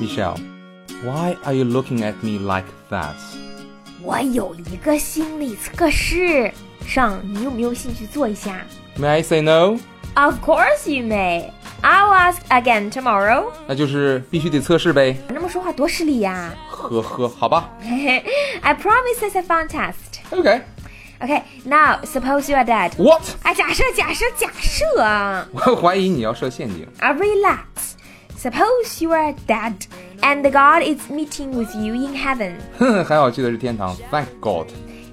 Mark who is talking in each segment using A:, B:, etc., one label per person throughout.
A: Michelle, why are you looking at me like that?
B: 我有一个心理测试，上你有没有兴趣做一下
A: May I say no？
B: ？Of course you may. I'll ask again tomorrow.
A: 那就是必须得测试呗。
B: 那么说话多失礼呀、
A: 呵呵，好吧。
B: I promise it's a fun test.
A: Okay.
B: Okay, now suppose you are dead.
A: What？
B: 啊，假设假设假设啊
A: 我怀疑你要设陷阱。
B: 啊，relax. Suppose you are dead, and the God is meeting with you in heaven.
A: 哼，还好去的是天堂。Thank God。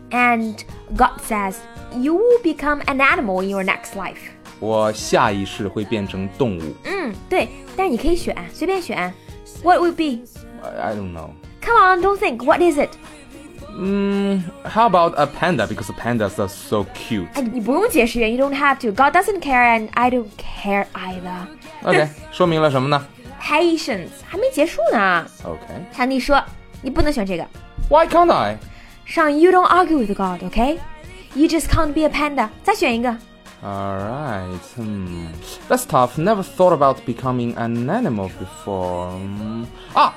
B: And God says, You will become an animal in your next life.
A: 我下一世会变成动物。
B: 嗯，对，但是你可以选，随便选。What would be?
A: I I don't know.
B: Come on, don't think. What is it?
A: 嗯，How about a panda? Because pandas are so cute.
B: 哎，你不用解释，You don't have to. God doesn't care, and I don't care either.
A: OK，说明了什么呢
B: Patience 还没结束呢。
A: ？OK。
B: 上帝说，你不能选这个。
A: Why can't I?
B: 上，You don't argue with God, OK? You just can't be a panda. 再选一个。
A: All right. Hmm. That's tough. Never thought about becoming an animal before. Hmm. Ah,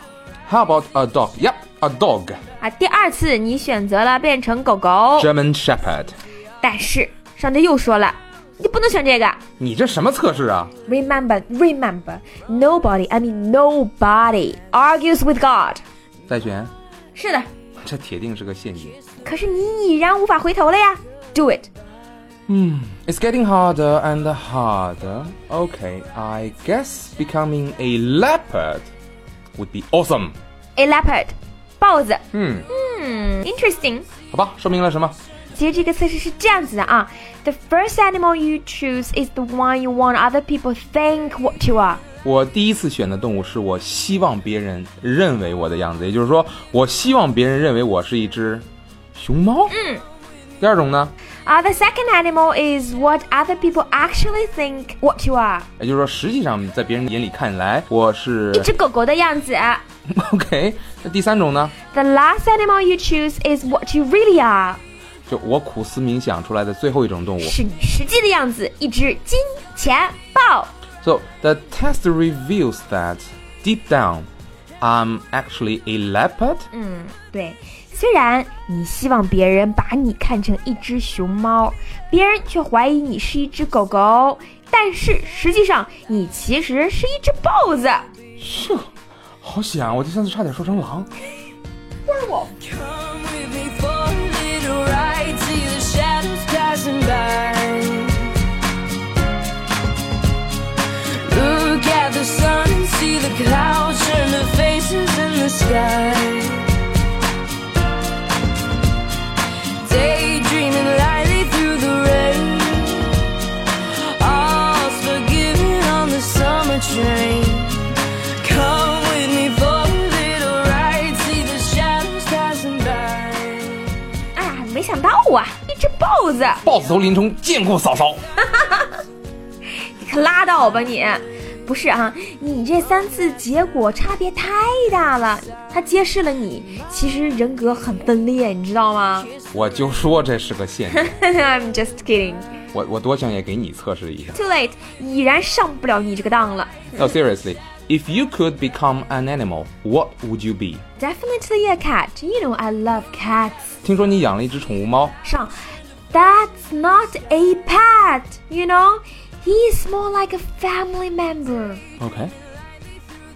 A: how about a dog? Yep, a dog.
B: 啊，第二次你选择了变成狗狗，
A: German Shepherd.
B: 但是上帝又说了，你不能选这个。
A: 你这什么测试啊？
B: Remember, remember, nobody, I mean nobody, argues with God.
A: 再选，
B: 是的，
A: 这铁定是个陷阱。
B: 可是你已然无法回头了呀。Do it.
A: It's getting harder and harder. Okay, I guess becoming a leopard would be awesome.
B: A leopard. 豹子。
A: 嗯，
B: 嗯，interesting.
A: 好吧，说明了什么？
B: 其实这个测试是这样子的啊。The first animal you choose is the one you want other people think what you are.
A: 我第一次选的动物是我希望别人认为我的样子，也就是说，我希望别人认为我是一只熊猫。嗯。第二种呢，
B: 啊、the Uh, second animal is what other people actually think what you are.
A: 也就是说，实际上在别人眼里看来我是
B: 一只狗狗的样子。
A: OK。那第三种呢，
B: The last animal you choose is what you really are.
A: 就我苦思冥想出来的最后一种动物。
B: 是你实际的样子，一只金钱豹。
A: So the test reveals that deep down, I'm actually a leopard.
B: 嗯，对。虽然你希望别人把你看成一只熊猫，别人却怀疑你是一只狗狗，但是实际上你其实是一只豹子。
A: 咻，好险！啊我这上次差点说成狼。
C: Come with me for a little ride, see the shadows passing by. Look at the sun, see the clouds turn their faces in the sky. Daydreaming lightly through the rain. All's forgiven on the summer train. Come with me for a little ride, see the shadows passing by.
B: 哎呀，没想到啊，一只豹子，
A: 豹子头林冲，见过嫂嫂。
B: 你可拉倒吧你！不是啊，你这三次结果差别太大了，它揭示了你其实人格很分裂，你知道吗
A: 我就说这是个陷阱，
B: ？I'm just kidding.
A: 我我多想也给你测试一下。
B: Too late，已然上不了你这个当了。
A: No, seriously, if you could become an animal, what would you be?
B: Definitely a cat. You know I love cats.
A: 听说你养了一只宠物猫，
B: 上，That's not a pet. You know, he's more like a family member.
A: Okay.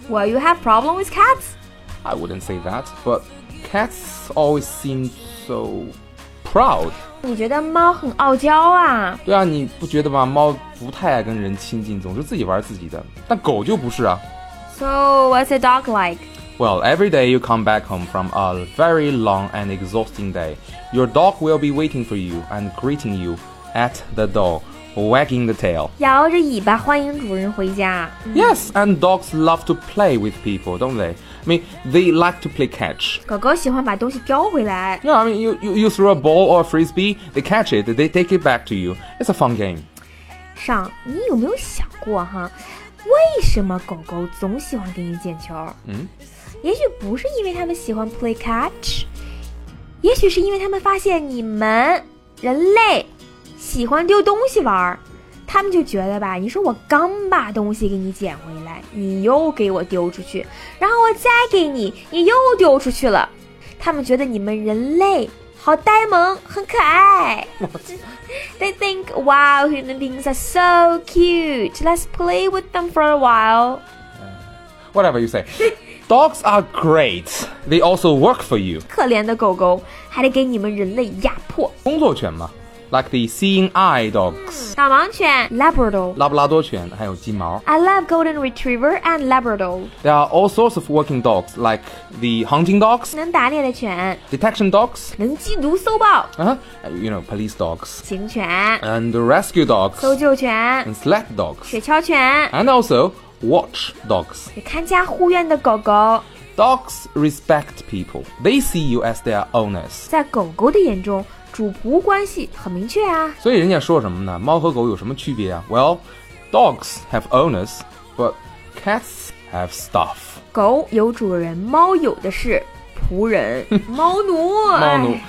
B: Well, you have problem with cats?
A: I wouldn't say that, but cats always seem so proud.
B: 你觉得猫很傲娇啊？
A: 对啊，你不觉得吗？猫不太爱跟人亲近，总是自己玩自己的。但狗就不是啊。
B: So what's a dog like?
A: Well, every day you come back home from a very long and exhausting day. Your dog will be waiting for you and greeting you at the door, wagging the tail.
B: 摇着尾巴欢迎主人回家。
A: Yes, and dogs love to play with people, don't they? I mean, they like to play catch.
B: 狗狗喜欢把东西叼回来。
A: Yeah, I mean, you, you, you throw a ball or a frisbee, they catch it, they take it back to you. It's a fun game.
B: 上，你有没有想过哈，为什么狗狗总喜欢给你捡球？
A: 嗯，
B: 也许不是因为它们喜欢 play catch，也许是因为它们发现你们人类喜欢丢东西玩儿，他们就觉得吧，你说我刚把东西给你捡回来，你又给我丢出去，然后我再给你，你又丢出去了。他们觉得你们人类好呆萌，很可爱。They think, wow, human beings are so cute. Let's play with them for a while.
A: Whatever you say. Dogs are great. They also work for you.
B: 可怜的狗狗还得给你们人类压迫。
A: 工作犬嘛，like the seeing eye dogs，
B: 导盲犬 Labrador。
A: 拉布拉多犬还有金毛。
B: I love golden retriever and Labrador。
A: There are all sorts of working dogs, like the hunting dogs,
B: 能打猎的犬，
A: detection dogs,
B: 能缉毒搜爆，
A: uh you know, police dogs,
B: 警犬、
A: and rescue dogs,
B: 搜救犬、
A: and sled dogs,
B: 雪橇犬，
A: and also watch dogs.
B: 给看家护院的狗狗。
A: Dogs respect people. They see you as their owners.
B: 在狗狗的眼中，主仆关系很明确啊。
A: 所以人家说什么呢？猫和狗有什么区别啊？Well, dogs have owners, but cats have stuff.
B: 狗有主人，猫有的是仆人、 猫奴。
A: 猫奴
B: 哎，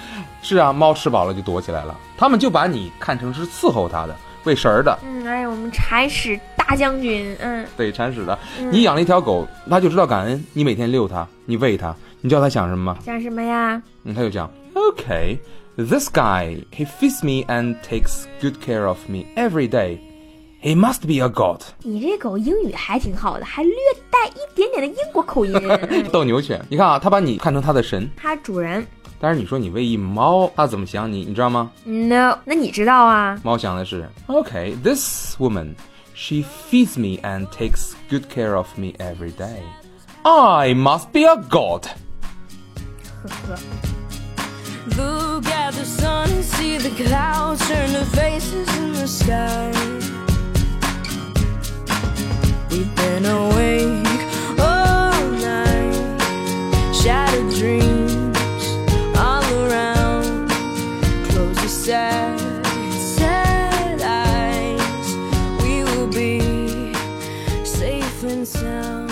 A: 是啊，猫吃饱了就躲起来了，他们就把你看成是伺候它的、喂食儿的、
B: 嗯，哎，我们铲屎大将军，嗯，
A: 对铲屎的。你养了一条狗，它就知道感恩，你每天遛它，你喂它，你知道它想什么吗？
B: 像什么呀？
A: 嗯，它就讲，Okay, this guy he feeds me and takes good care of me every day. He must be a god.
B: 你这狗英语还挺好的，还略带一点点的英国口音。 嗯
A: 斗牛犬，你看啊，它把你看成它的神，
B: 它主人
A: 但是你说你喂一猫，它怎么想你？你知道吗？
B: ，no，那你知道啊？
A: 猫想的是，Okay, this woman, she feeds me and takes good care of me every day. I must be a god.
B: 呵呵，
C: Look at the sun and see the clouds turn to faces in the sky. We've been awake all night, shattered dreams all around. Close the sad, sad eyes. We will be safe and sound.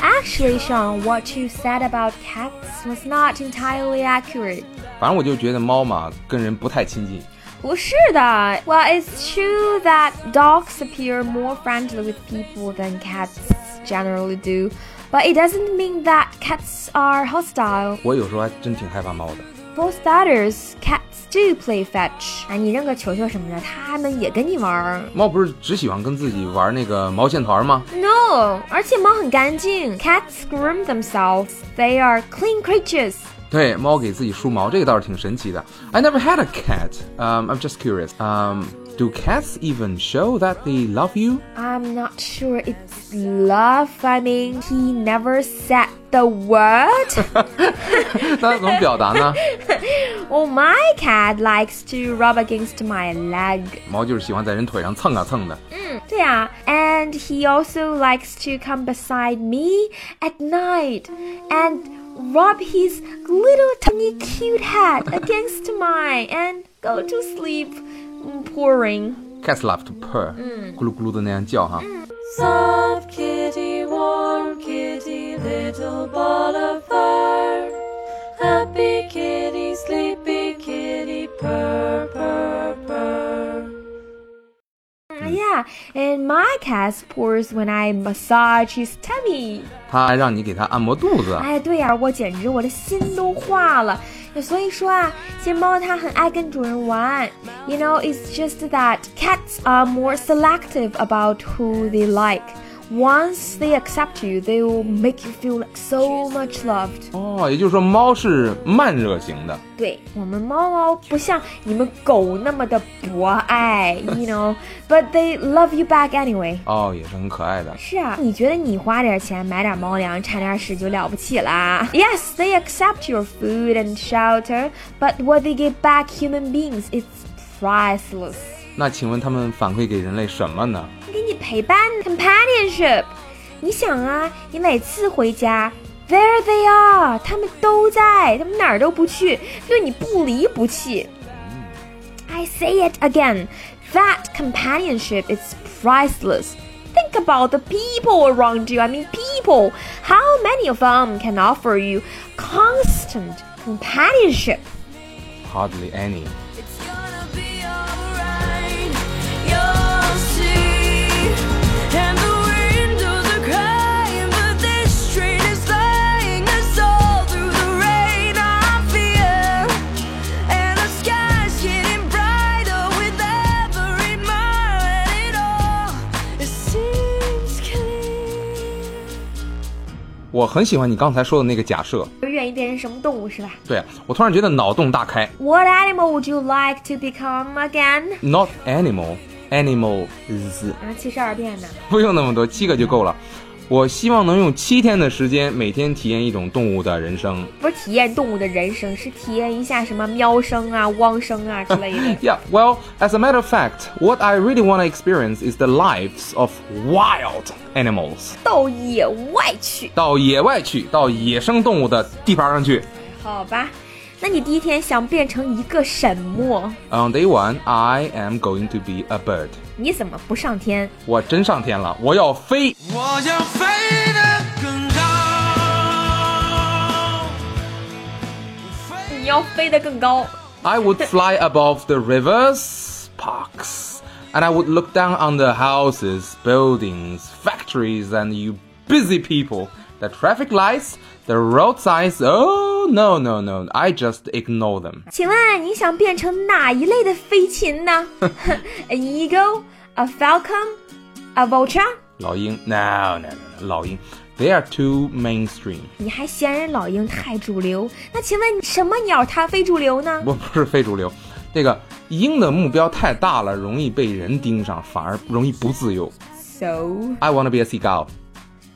B: Actually, Sean, what you said about cats was not entirely accurate.
A: 反正我就觉得猫嘛跟人不太亲近。
B: 不是的，Well, it's true that dogs appear more friendly with people than cats generally do, but it doesn't mean that cats are hostile.
A: 我有时候还真挺害怕猫的。
B: For starters, cats do play fetch. 啊，你扔个球球什么的，它们也跟你玩儿。
A: 猫不是只喜欢跟自己玩那个毛线团吗？
B: No，而且猫很干净。Cats groom themselves. They are clean creatures.
A: 对，猫给自己梳毛，这个倒是挺神奇的。I never had a cat. Um, I'm just curious. Um, do cats even show that they love you?
B: I'm not sure it's love. I mean, he never said the word.
A: 那怎么表达呢？
B: oh, my cat likes to rub against my leg.
A: 猫就是喜欢在人腿上蹭啊蹭的。
B: 对啊，and he also likes to come beside me at night and rub his little tiny cute head against mine and go to sleep, mm, purring.
A: Cats love to purr，咕噜咕噜的那样叫哈。
C: Soft kitty, warm kitty, little ball of fur. Happy kitty, sleepy kitty, purr, purr, purr.
B: Yeah, and my cat purrs when I massage his tummy.
A: 它还让你给它按摩肚子。啊
B: 哎，对呀、我简直我的心都化了。所以说啊，其实猫它很爱跟主人玩。You know, it's just that cats are more selective about who they like. Once they accept you, they will make you feel like so much loved.
A: 哦，也就是说猫是慢热型的。
B: 对我们猫猫不像你们狗那么的博爱，you know, but they love you back anyway.
A: 哦，也是很可爱的。
B: 是啊，你觉得你花点钱买点猫粮、铲点屎就了不起啦？Yes, they accept your food and shelter, but what they give back human beings is priceless.
A: 那请问它们反馈给人类什么呢？
B: 给你陪伴 companionship。你想啊，你每次回家，there they are，他们都在，他们哪儿都不去，对你不离不弃。I say it again, that companionship is priceless. Think about the people around you. I mean, people. How many of them can offer you constant companionship?
A: Hardly any.
C: It's gonna be alright. You're
A: 我很喜欢你刚才说的那个假设，
B: 就愿意变成什么动物是吧
A: 对啊我突然觉得脑洞大开。
B: ？What animal would you like to become again？
A: Not animal, animals，
B: 啊，七十二变呢？
A: 不用那么多，七个就够了。我希望能用七天的时间，每天体验一种动物的人生。。
B: 不是体验动物的人生，是体验一下什么喵声啊、汪声啊之类的
A: Yeah, well, as a matter of fact, what I really want to experience is the lives of wild animals.
B: 到野外去，
A: 到野外去，到野生动物的地盘上去。
B: 好吧？那你第一天想变成一个什么？
A: On day one, I am going to be a bird.
B: 你怎么不上天？
A: 我真上天了，我要飞。
C: 我要飞得更高。
B: 你要飞得更高。
A: I would fly above the rivers, parks, and I would look down on the houses, buildings, factories, and you busy people. The traffic lights, the road signs. Oh no, no, no! I just ignore them.
B: 请问你想变成哪一类的飞禽 呢？An eagle, a falcon, a vulture？
A: 老鹰，no, no, no, no 老鹰，they are too mainstream.
B: 你还嫌人老鹰太主流？那请问什么鸟它非主流呢？
A: 不不是非主流。这个鹰的目标太大了，容易被人盯上，反而容易不自由。
B: So，
A: I wanna be a seagull.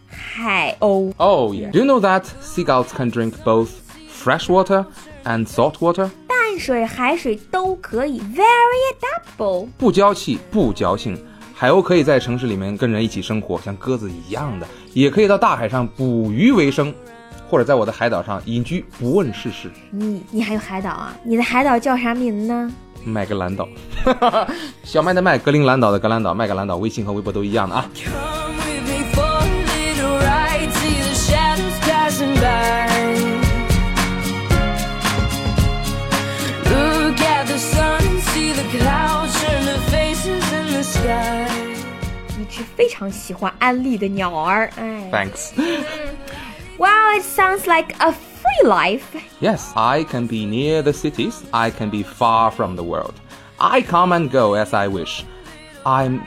B: 海鸥
A: Oh yeah. Do you know that seagulls can drink both fresh water and salt water?
B: 淡水、海水都可以，very adaptable。
A: 不娇气，不矫情。海鸥可以在城市里面跟人一起生活，像鸽子一样的，也可以到大海上捕鱼为生，或者在我的海岛上隐居，不问世事。
B: 你你还有海岛啊？你的海岛叫啥名呢？
A: 麦格兰岛， 小麦的麦，格陵兰岛的格兰岛，麦格兰岛，微信和微博都一样的啊。
C: Come with me for a little ride, see the shadows passing by. Look at the sun, see the clouds turn to faces in the sky.
B: 一只非常喜欢安利的鸟儿。哎
A: Thanks.
B: ，Wow, it sounds like a free life.
A: Yes, I can be near the cities, I can be far from the world. I come and go as I wish. I'm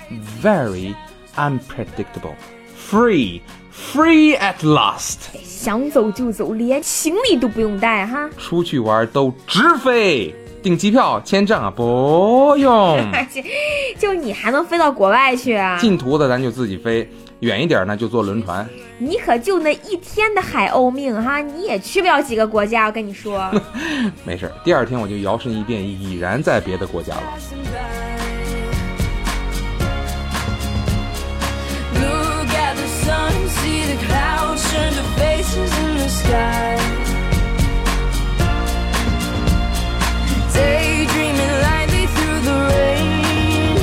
A: very unpredictable. Free, free at last.
B: 想走就走，连行李都不用带哈。
A: 出去玩都直飞，订机票、签证啊不用，
B: 就你还能飞到国外去啊？
A: 近途的咱就自己飞，远一点呢就坐轮船。
B: 你可就那一天的海鸥命哈，你也去不了几个国家。我跟你说，
A: 没事儿，第二天我就摇身一变，已然在别的国家了。
C: passing by. Look at the sun, see the clouds turn to faces in the sky. Daydreaming lightly through the rain.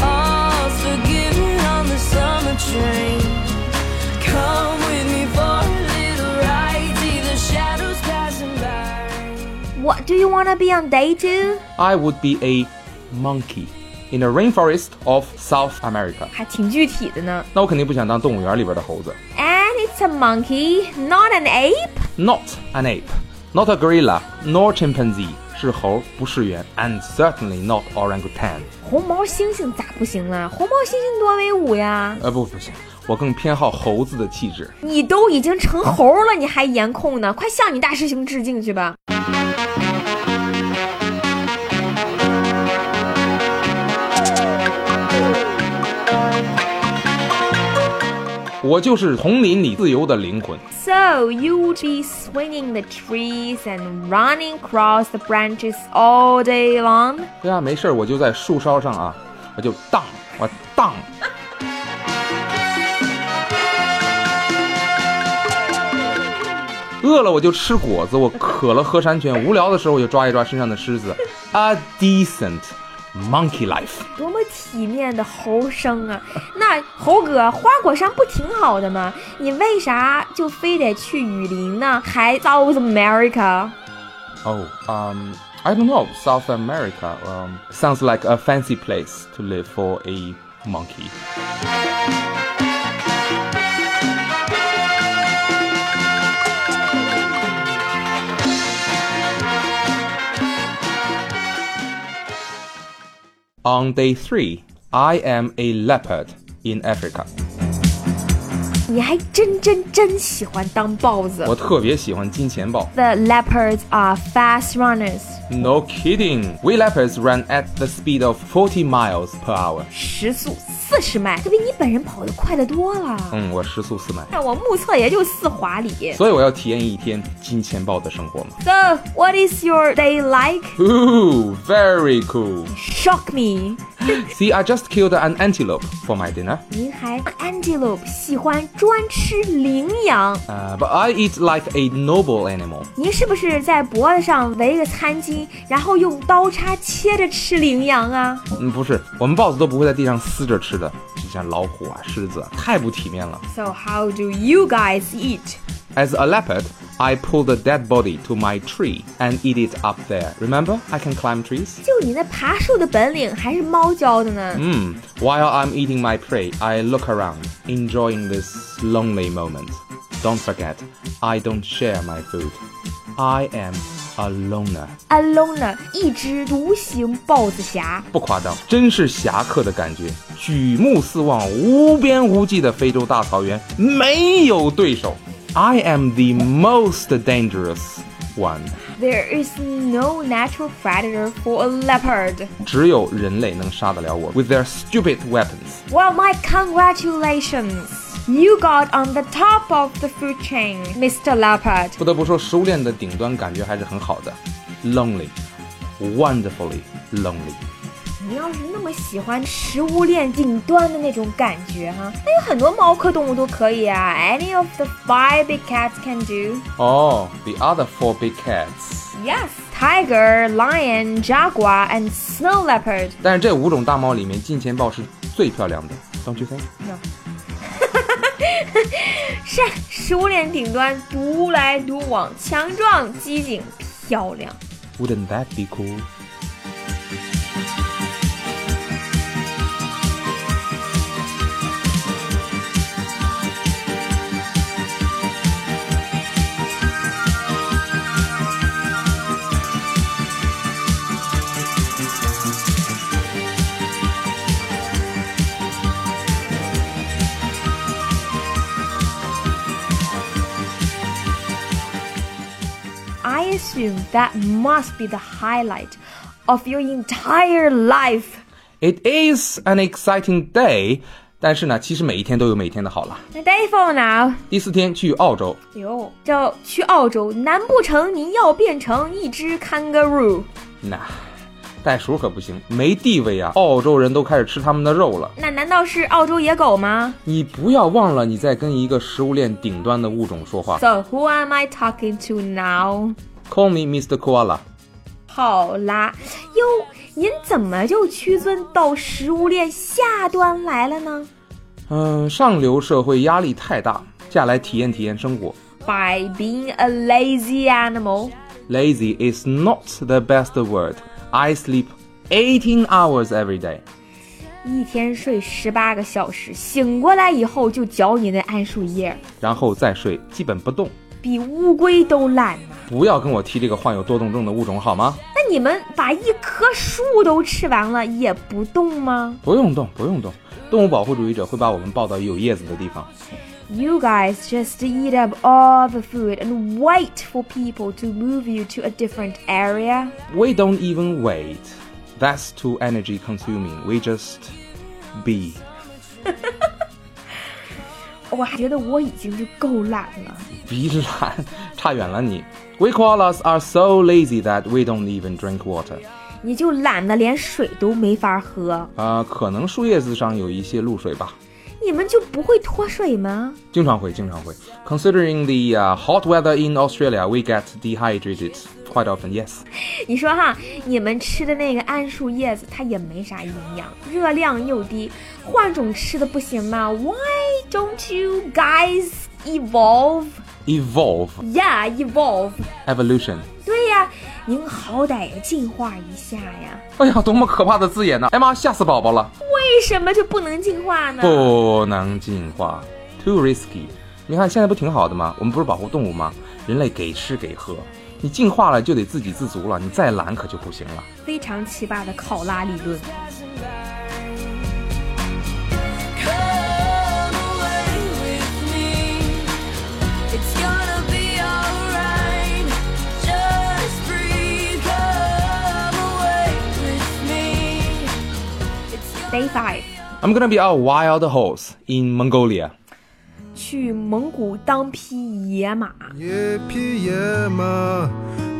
C: All's forgiven on the summer train. Come with me for a little ride, see the shadows passing by.
B: What do you wanna be on day two？
A: I would be a monkey in the rainforest of South America.
B: 还挺具体的呢。
A: 那我肯定不想当动物园里边的猴子。
B: And it's a monkey, not an ape.
A: Not an ape, not a gorilla, nor chimpanzee，是猴，不是猿，and certainly not orangutan。
B: 红毛猩猩咋不行了？红毛猩猩多威武呀！
A: 呃，不，不行，我更偏好猴子的气质。
B: 你都已经成猴了，你还颜控呢？快向你大师兄致敬去吧！
A: 我就是丛林里自由的灵魂。
B: So you would be swinging the trees and running across the branches all day long.
A: 对啊，没事儿，我就在树梢上啊，我就荡，我荡。饿了我就吃果子，我渴了喝山泉，无聊的时候我就抓一抓身上的虱子。A decent monkey life。
B: 多么体面的猴生啊！那猴哥，花果山不挺好的吗？你为啥就非得去雨林呢？还 South America？
A: Oh, um, I don't know. South America um, sounds like a fancy place to live for a monkey. On day three, I am a leopard in Africa.
B: 你还真真真喜欢当豹子。
A: 我特别喜欢金钱豹。
B: The leopards are fast runners，
A: No kidding. We leopards ran at the speed of 40 miles per hour.
B: 时速四十迈，这比你本人跑得快得多了。
A: 嗯，我时速四迈，
B: 那我目测也就四华里。
A: 所以我要体验一天金钱豹的生活嘛。
B: So what is your day like?
A: Ooh, very cool.
B: Shock me！
A: See, I just killed an antelope for my dinner.
B: 您还 antelope 喜欢专吃羚羊，
A: Uh, but I eat like a noble animal.
B: 您是不是在脖子上围一个餐巾，然后用刀叉切着吃羚羊啊？
A: 嗯，不是，我们豹子都不会在地上撕着吃的，就像老虎啊、狮子啊，太不体面了。
B: So how do you guys eat?
A: As a leopard, I pull the dead body to my tree and eat it up there. Remember, I can climb trees.
B: 就你那爬树的本领，还是猫教的呢？
A: Mm. While I'm eating my prey, I look around, enjoying this lonely moment. Don't forget, I don't share my food. I am a loner.
B: a loner，一只独行豹子侠。
A: 不夸张，真是侠客的感觉。举目四望，无边无际的非洲大草原，没有对手。I am the most dangerous one，
B: There is no natural predator for a leopard.
A: 只有人类能杀得了我。With their stupid weapons，
B: Well, my congratulations. You got on the top of the food chain, Mr. Leopard.
A: 不得不说，食物链的顶端感觉还是很好的。Lonely，wonderfully lonely。
B: 你要是那么喜欢食物链顶端的那种感觉哈、那有很多猫科动物都可以啊。Any of the five big cats can do.
A: 哦、t h e other four big cats。
B: Yes, tiger, lion, jaguar, and snow leopard.
A: 但是这五种大猫里面，金钱豹是最漂亮的。Don't you think？
B: 是啊食物链顶端独来独往，强壮、机警、漂亮。
A: Wouldn't that be cool?
B: I assume that must be the highlight of your entire life.
A: It is an exciting day，但是呢，其实每一天都有每一天的好啦。
B: 那 day four now，
A: 第四天去澳洲，
B: 啊哟，这去澳洲，难不成您要变成一只 kangaroo？
A: 那袋鼠可不行，没地位啊！澳洲人都开始吃他们的肉了。
B: 那难道是澳洲野狗吗
A: 你不要忘了，你在跟一个食物链顶端的物种说话。
B: ？So who am I talking to now？
A: Call me Mr. Koala。
B: 好啦，哟，您怎么就屈尊到食物链下端来了呢？
A: 嗯、上流社会压力太大，下来体验体验生活。
B: by being a lazy animal.
A: Lazy is not the best word. I sleep 18 hours every day.
B: 一天睡十八个小时，醒过来以后就嚼你那桉树叶，
A: 然后再睡，基本不动。
B: 比乌龟都懒呢。
A: 不要跟我提这个患有多动症的物种好吗？
B: 那你们把一棵树都吃完了也不动吗
A: 不用动，不用动。动物保护主义者会把我们抱到有叶子的地方。
B: ？You guys just eat up all the food and wait for people to move you to a different area.
A: We don't even wait. That's too energy consuming. We just be.
B: 我还觉得我已经就够懒了。
A: 比懒， 差远了你。We koalas are so lazy that we don't even drink water.
B: 你就懒得连水都没法喝，
A: 啊、可能树叶子上有一些露水吧。
B: 你们就不会脱水吗？
A: 经常会，经常会。Considering the、uh, hot weather in Australia, we get dehydrated quite often. Yes.
B: 你说哈，你们吃的那个桉树叶子，它也没啥营养，热量又低，换种吃的不行吗？Why don't you guys evolve?
A: Evolve,
B: Yeah, evolve.
A: evolution.
B: 对呀，您好歹也进化一下呀，
A: 哎呀，多么可怕的字眼呢！哎妈，吓死宝宝了！
B: 为什么就不能进化呢？
A: 不能进化，too risky。你看现在不挺好的吗？我们不是保护动物吗？人类给吃给喝，你进化了就得自给自足了，你再懒可就不行了。
B: 非常奇葩的考拉理论。
C: Come away with me.
A: I'm gonna be a wild horse in Mongolia.
B: 去蒙古当匹野马。
D: 一匹野马，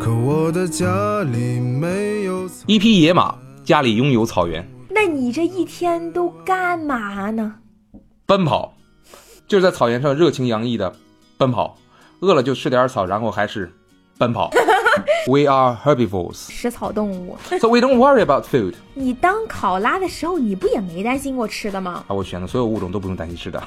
D: 可我的家里没有草。
A: 一 E 匹野马，家里拥有草原，
B: 那你这一天都干嘛呢？
A: 奔跑，就是在草原上热情洋溢的奔跑。饿了就吃点草，然后还是奔跑。We are herbivores,
B: 食草动物。
A: so we don't worry about food.
B: 你当考拉的时候，你不也没担心过吃的吗？
A: 啊，我选的所有物种都不用担心吃的。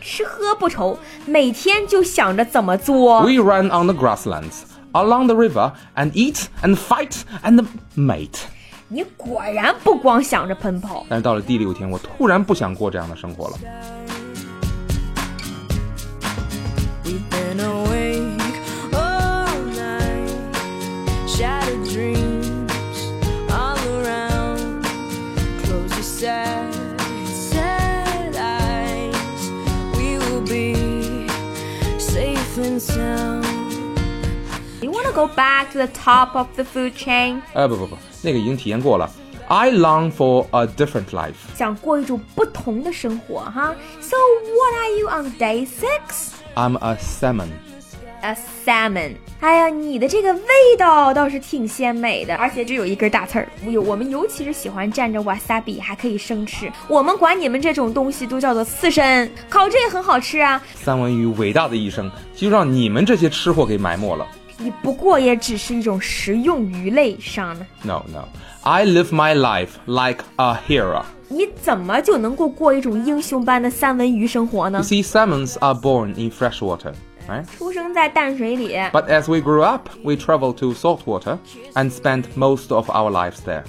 B: 吃喝不愁，每天就想着怎么做。
A: We run on the grasslands, along the river, and eat and fight and mate.
B: 你果然不光想着奔跑。
A: 但是到了第六天，我突然不想过这样的生活了。
C: We've been awake all night, shattered dreams all around. Close your sad, sad eyes. We will be safe and sound.
B: You wanna go back to the top of the food chain？
A: 哎，不不不，那个已经体验过了。I long for a different life.
B: 想过一种不同的生活哈。So what are you on day six?
A: I'm a salmon.
B: A salmon。哎呀，你的这个味道倒是挺鲜美的，而且只有一根大刺儿。有我们尤其是喜欢蘸着 wasabi，还可以生吃。我们管你们这种东西都叫做刺身，烤着也很好吃啊。
A: 三文鱼伟大的一生就让你们这些吃货给埋没了。
B: 你不过也只是一种食用鱼类上呢。
A: No no, I live my life like a hero.
B: 你怎么就能够过一种英雄般的三文鱼生活
A: You
B: 呢？
A: see, salmons are born in fresh water. Right?
B: 出生在淡水里，
A: But as we grew up, we traveled to saltwater and spent most of our lives there.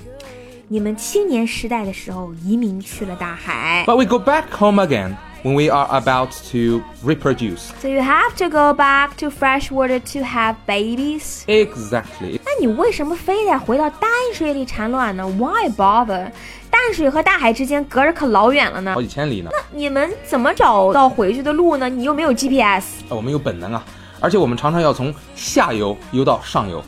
B: 你们青年时代的时候移民去了大海。
A: But we go back home again when we are about to reproduce.
B: So you have to go back to fresh water to have babies。
A: Exactly.
B: 那你为什么非得回到淡水里产卵呢？Why bother？淡水和大海之间隔着可老远了呢
A: 好。几千里呢，
B: 你们怎么找到回去的路呢？你又没有 GPS。
A: 啊我们有本能啊，而且我们常常要从下游游到上游，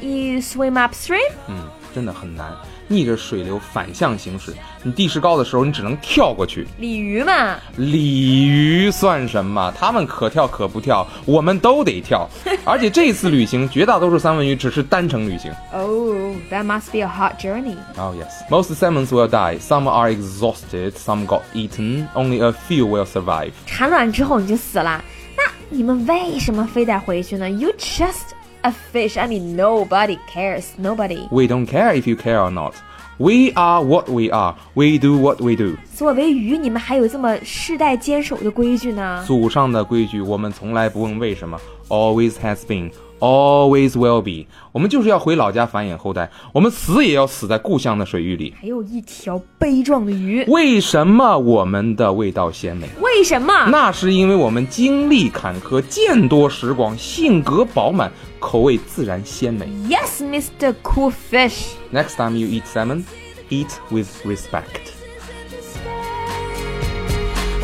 B: You swim upstream。
A: 嗯，真的很难。逆着水流反向行驶，你地势高的时候，你只能跳过去。
B: 鲤鱼嘛，
A: 鲤鱼算什么？他们可跳可不跳，我们都得跳。而且这次旅行，绝大多数三文鱼只是单程旅行。
B: Oh, that must be a hard journey.
A: Oh yes. Most salmons will die. Some are exhausted. Some got eaten. Only a few will survive.
B: 产卵之后你就死了，那你们为什么非得回去呢？You just a fish. I mean, nobody cares. Nobody.
A: We don't care if you care or not. We are what we are. We do what we do.
B: 作为鱼，你们还有这么世代坚守的规矩呢？
A: 祖上的规矩，我们从来不问为什么，always has been。Always will be，我们就是要回老家繁衍后代，我们死也要死在故乡的水域里。
B: 还有一条悲壮的鱼，
A: 为什么我们的味道鲜美？
B: 为什么？
A: 那是因为我们经历坎坷，见多识广，性格饱满，口味自然鲜美。
B: Yes, Mr. Cool Fish.
A: Next time you eat salmon, eat with respect.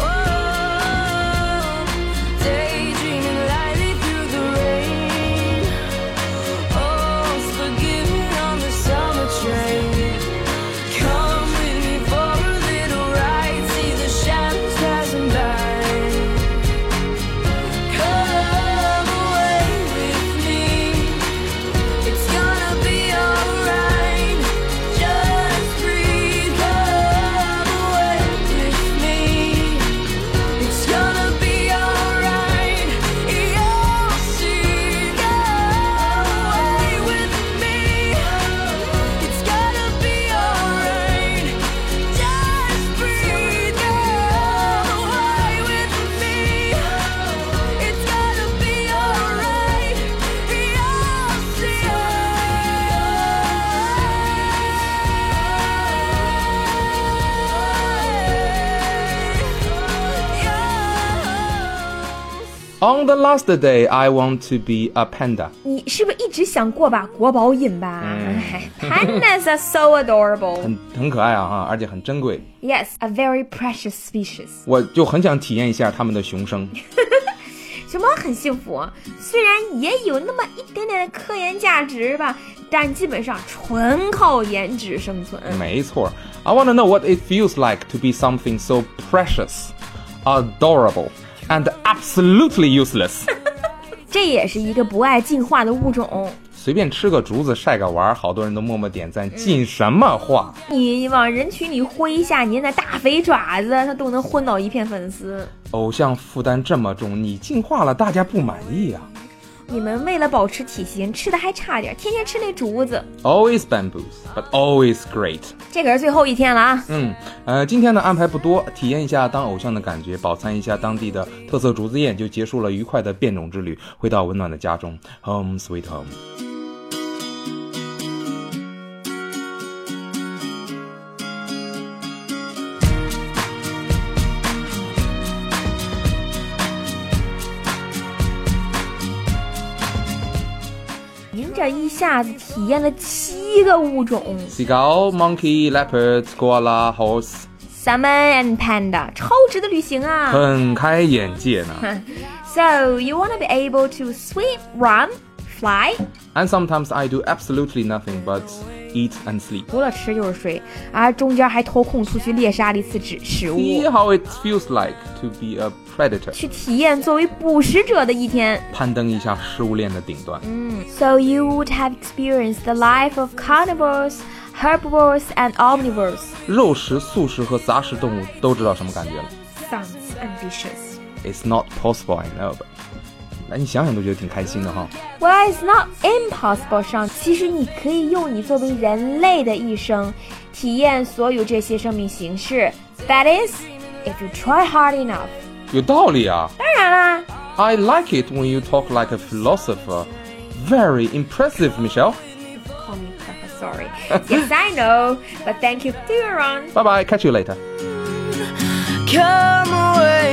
C: Oh, Daydreaming lightly through the rain. Oh, forgiven on the summer train. Come with me for a little ride. See the shadows passing by. Come away with me. It's gonna be alright. Just breathe. Come away with me. It's gonna be alright. You'll see. Go away with me. It's gonna be alright. Just breathe. Go away with me. It's gonna be alright. You'll see. You'll
A: On the last day, I want to be a panda.
B: 你是不是一直想过把国宝饮吧、哎 Pandas are so adorable.
A: 很很可爱啊哈，而且很珍贵，
B: Yes, a very precious species.
A: 我就很想体验一下它们的雄声。
B: 熊猫很幸福，啊虽然也有那么一点点的
A: 嗯
B: 科研价值吧，但基本上纯靠颜值生存。
A: 没错 I want to know what it feels like to be something so precious, adorable, and absolutely useless.
B: 这也是一个不爱进化的物种。
A: 随便吃个竹子晒个娃儿，好多人都默默点赞，进什么化？
B: 你往人群里挥一下你那大肥爪子，它都能昏倒一片粉丝。
A: 偶像负担这么重，你进化了，大家不满意啊。
B: 你们为了保持体型，吃的还差点，天天吃那竹子。
A: Always bamboos, but always great.
B: 这可是最后一天了啊！
A: 嗯，呃，今天的安排不多，体验一下当偶像的感觉，饱餐一下当地的特色竹子宴，就结束了愉快的变种之旅，回到温暖的家中，Home sweet home。
B: 您这一下子体验了七个物种
A: Seagull, monkey, leopard, koala, horse，
B: ，Salmon and Panda，超值的旅行啊
A: 很开眼界呢。
B: ！So you wanna be able to swim, run, fly？
A: And sometimes I do absolutely nothing but eat and sleep.
B: 除了吃就是睡，啊，中间还抽空出去猎杀了一次食食物
A: See，how it feels like to be a predator，
B: 去体验作为捕食者的一天。
A: 攀登一下食物链的顶端。
B: So you would have experienced the life of carnivores, herbivores, and omnivores.
A: 肉食、素食和杂食动物都知道什么感觉了。
B: Sounds ambitious.
A: It's not possible, I know. But... 那你想想都觉得挺开心的哈。
B: Well, it's not impossible. 上，其实你可以用你作为人类的一生，体验所有这些生命形式。That is, if you try hard enough.
A: 有道理啊。
B: 当然啦，
A: I like it when you talk like a philosopher. Very impressive, Michelle.
B: call me Peppa. Sorry. Yes, I know. But thank you, dear Ron.
A: Bye bye. Catch you later.
C: Come away